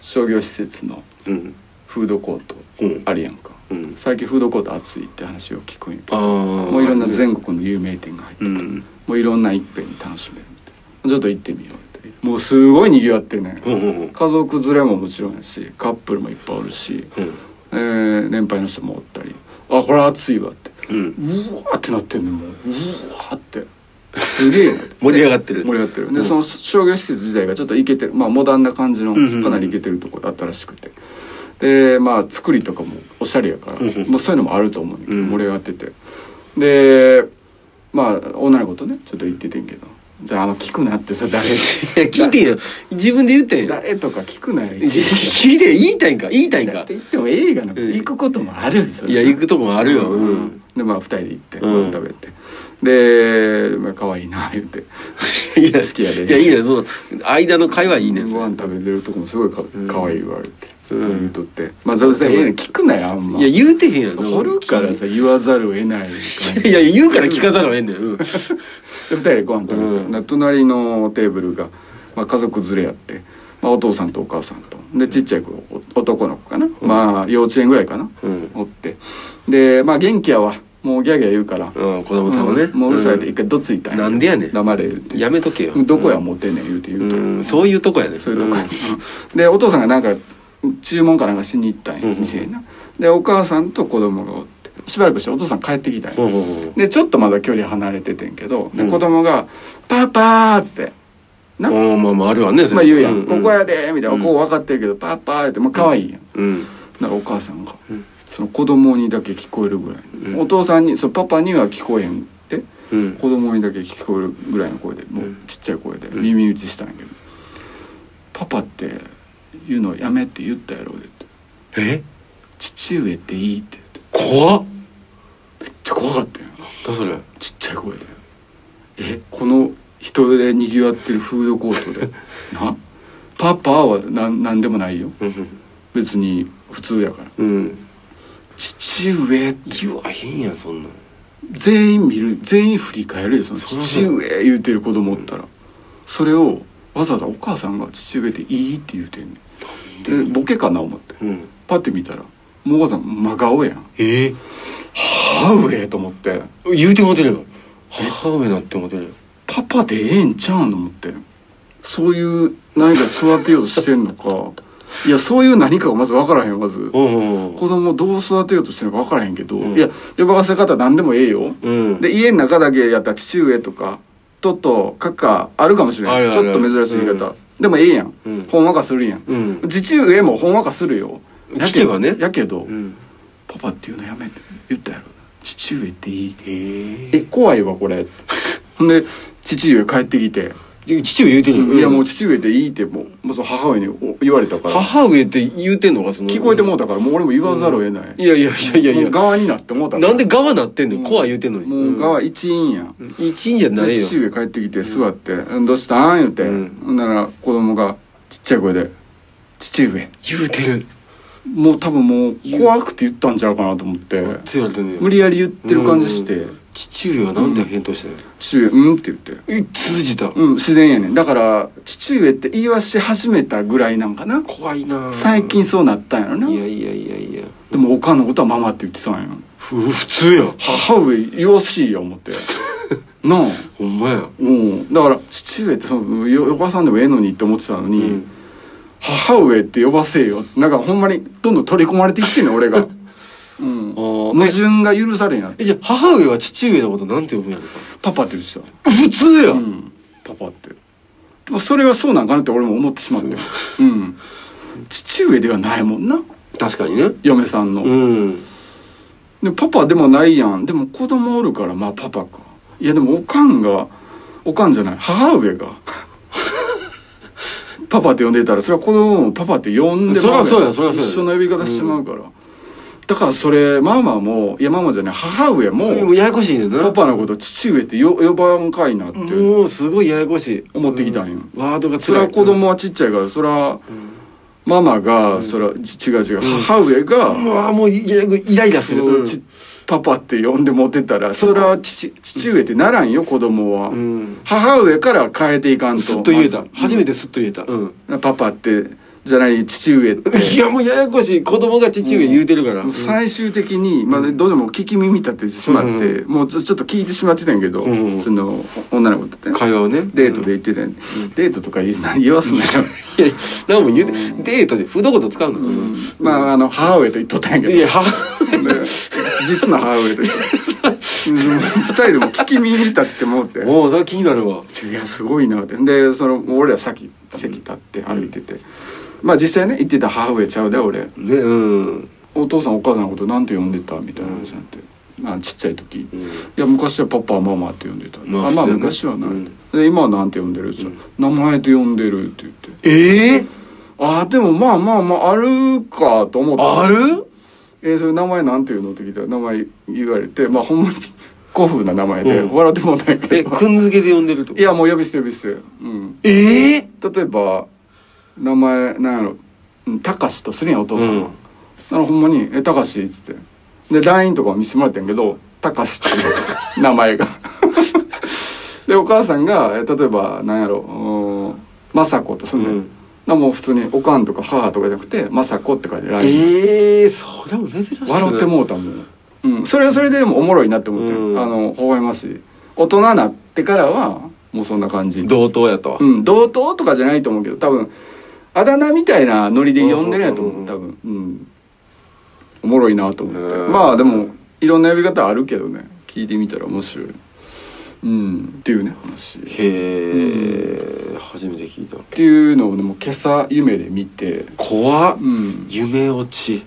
商業施設のうんフードコートうんあるやんかうん最近フードコート暑いって話を聞くんやけあどももういろんな全国の有名店が入ってうてんもういろんないっぺんに楽しめるみたいなちょっと行ってみようってもうすごい賑わってるねうんうん家族連れももちろんやしカップルもいっぱいおるし、うんえー年配の人もおったりあこれ暑いわってうんうわーってなってんのもううわーってすげえなって盛り上がってる盛り上がってるで、うんその商業施設自体がちょっとイケてるまあモダンな感じのんうんうんかなりイケてるとこだったらしくてでまあ作りとかもおしゃれやから、うんうんまあ、そういうのもあると思うねんだけど、うん盛り上がっててでまあ女の子とねちょっと言っててんけどじゃああの聞くなってさ 誰いや聞いてよ自分で言ってんよ誰とか聞くなよいちいち聞いてよ言いたいんか言いたいんだっかて言っても映画なんかうん行くこともあるんですよいや行くとこもあるよううんんでまあ二人で行ってごうん飯食べてでまあ可愛いな言っていや好きやでいやいいねその間の会話いいねご飯食べてるとこもすごいかうん可愛い言われてうん言うとってまあそれさええねん聞くなよあんまいや言うてへんやろ掘るからさ言わざるを得ない感いじやいや言うから聞かざるを得んねんうんで二人でご飯食べてた、うんな隣のテーブルが、まあ、家族連れやって、まあ、お父さんとお母さんとでちっちゃい子お男の子かな、まあ幼稚園ぐらいかな、うんおってでまあ元気やわもうギャーギャー言うから、うん子供さんはねうんもううるさいって一回どついたんなんでやねん黙れ言うてやめとけよどこや思てんねん言うて言うと、うんそういうとこやねそういうとこ、でお父さんがなんか注文かなんかしに行ったんやうんうん店になでお母さんと子供がおってしばらくしてお父さん帰ってきたんや、うんうんうんでちょっとまだ距離離れててんけどでうん子供が「パパー」っつってなうんまあまああるわねそれまあ言うやん「んここやで」みたいな、うんこう分かってるけど「パパー」ってまあ可愛いやん、うんなんかお母さんが、うんその子供にだけ聞こえるぐらい、うんお父さんにそのパパには聞こえんってうん子供にだけ聞こえるぐらいの声でもううんちっちゃい声でうん耳打ちしたんやけど「パパって言うのやめって言ったやろ」ってえ「父上っていい」って言って怖っめっちゃ怖かったよだそれちっちゃい声で「えこの人でにぎわってるフードコー トでなパパはなんなんでもないようん別に普通やからうん父上って言わへんやんそんなん全員見る全員振り返るよそのそら父上言うてる子供おったらそれをわざわざお母さんが「父上でいい?」って言うてんねんでボケかな思ってうんパッて見たらもうお母さん真顔やんええ母上と思って言うてもうてるよ母上なってもうてるよパパでええんちゃうんと思ってそういう何か育てようとしてんのか いやそういう何かがまず分からへんまずうんうん子供をどう育てようとしてるのか分からへんけど、うんいや呼ばせ方何でもええようんで家の中だけやったら父上とかトとかかあるかもしれあなるいあちょるっと珍しい言い方、でもええやん、うんほんわかするやん、うん父上もほんわかするよや聞けばねやけど、うんパパっていうのやめて言ったやろ父上っていいってええ怖いわこれほんで父上帰ってきて、え父上言うてるよいやもう父上でいいってもうもうその母親にお言われたから母上って言うてんのかその聞こえてもうたからもう俺も言わざるを得ない、いやいやいやいやいもやう側になってもうたからなんで側なってんのもう怖い言うてんのにもう側一員やん、うん一員じゃないでよ父上帰ってきて座って「うんどうしたん?」言うて、うんほんなら子供がちっちゃい声で「父上言うてるもう多分もう怖くて言ったんちゃうかな」と思ってつられてんのよ無理やり言ってる感じしてうん父上はなんて返答したの「父上うん?」って言ってえ通じた「うん自然やねんだから父上って言いわし始めたぐらいなんかな怖いな最近そうなったんやろないやいやいやいやでもおかんのことはママって言ってたんやふ普通や母上言わしいよ思 ってなあほんまやうんだから父上ってそのよ呼ばさんでもええのにって思ってたのに、うん母上って呼ばせよなんかほんまにどんどん取り込まれていってんねん俺が うんあー矛盾が許されんやんえじゃあ母上は父上のことなんて呼ぶんやろかパパって言って普通たやうんパパってでもそれはそうなんかなって俺も思ってしまってうん父上ではないもんな確かにね嫁さんの、うんでパパでもないやんでも子供おるからまあパパかいやでもおかんがおかんじゃない母上が パパって呼んでたらそれは子供もパパって呼んでまそらそうやんそらそうや一緒の呼び方してまうから、だからそれママもいやママじゃない母上でももややこしいねんなパパのこと父上ってよ呼ばんかいなってもうすごいややこしい思ってきたんよワードがそれ辛はい子供はちっちゃいからそれはママがそれは違う違う母上が、うわもういやイライラするそうちパパって呼んでモテたらそれは父父上ってならんよ子供は、うん母上から変えていかんとすっと言えたまず初めてすっと言えたうんパパってじゃない父上っていやもうややこしい子供が父上言うてるから、もう最終的に、まあ、どうしても聞き耳立ててしまって、うもうちょちょっと聞いてしまってたんやけど、うんその女の子とね会話をねデートで行ってたんや、デートとか言う言わすなよ、いや何も言うてデートで不動言使うの、 まああの母親と言っとったんやけどいやはで実の母親と言っとったうん二人でも聞き耳立ててもうて もうそれ気になるわいやすごいなってでその俺ら先席立って歩いてて、まあ実際ね行ってた母上ちゃうで俺ねうんお父さんお母さんのことなんて呼んでたみたいな話になって、まあちっちゃい時、うんいや昔はパパママって呼んでた、まああまあそうやな昔はな、うんで今はなんて呼んでるって言ったら名前で呼んでるって言ってええああでもまあまあまああるかと思ってあるえーそれ名前なんていうのって聞いたら名前言われてまあほんまに古風な名前でうん笑ってもらったんやけえど、くんづけで呼んでるといやもう呼び捨て呼び捨てうんええ 例えば名前なんやろうんたかしとするやんお父さんは、うんだからほんまに「えたかし」っつってで LINE とか見せてもらったんやけど「たかし」っていう 名前がでお母さんがえ例えばなんやろうーん「まさこ」とすんねん、うんだからもう普通に「おかん」とか「母」とかじゃなくて「まさこ」って書いて LINE、ええそれも珍しいな笑ってもうたもん、うん、それはそれででもおもろいなって思ってる、うんあの微笑ましい大人なってからはもうそんな感じ同等やとは、うん、同等とかじゃないと思うけど多分あだ名みたいなノリで呼んでるんやとう思んう多分、うん、おもろいなと思ってうんまあでもいろんな呼び方あるけどね聞いてみたら面白い、うん、っていうね話っへえ、初めて聞いたていうのをねもう今朝夢で見て怖っうん夢落ち